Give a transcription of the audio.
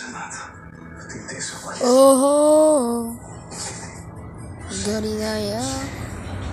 Renata. Eu tentei salvar ele. Oh, Doridaia.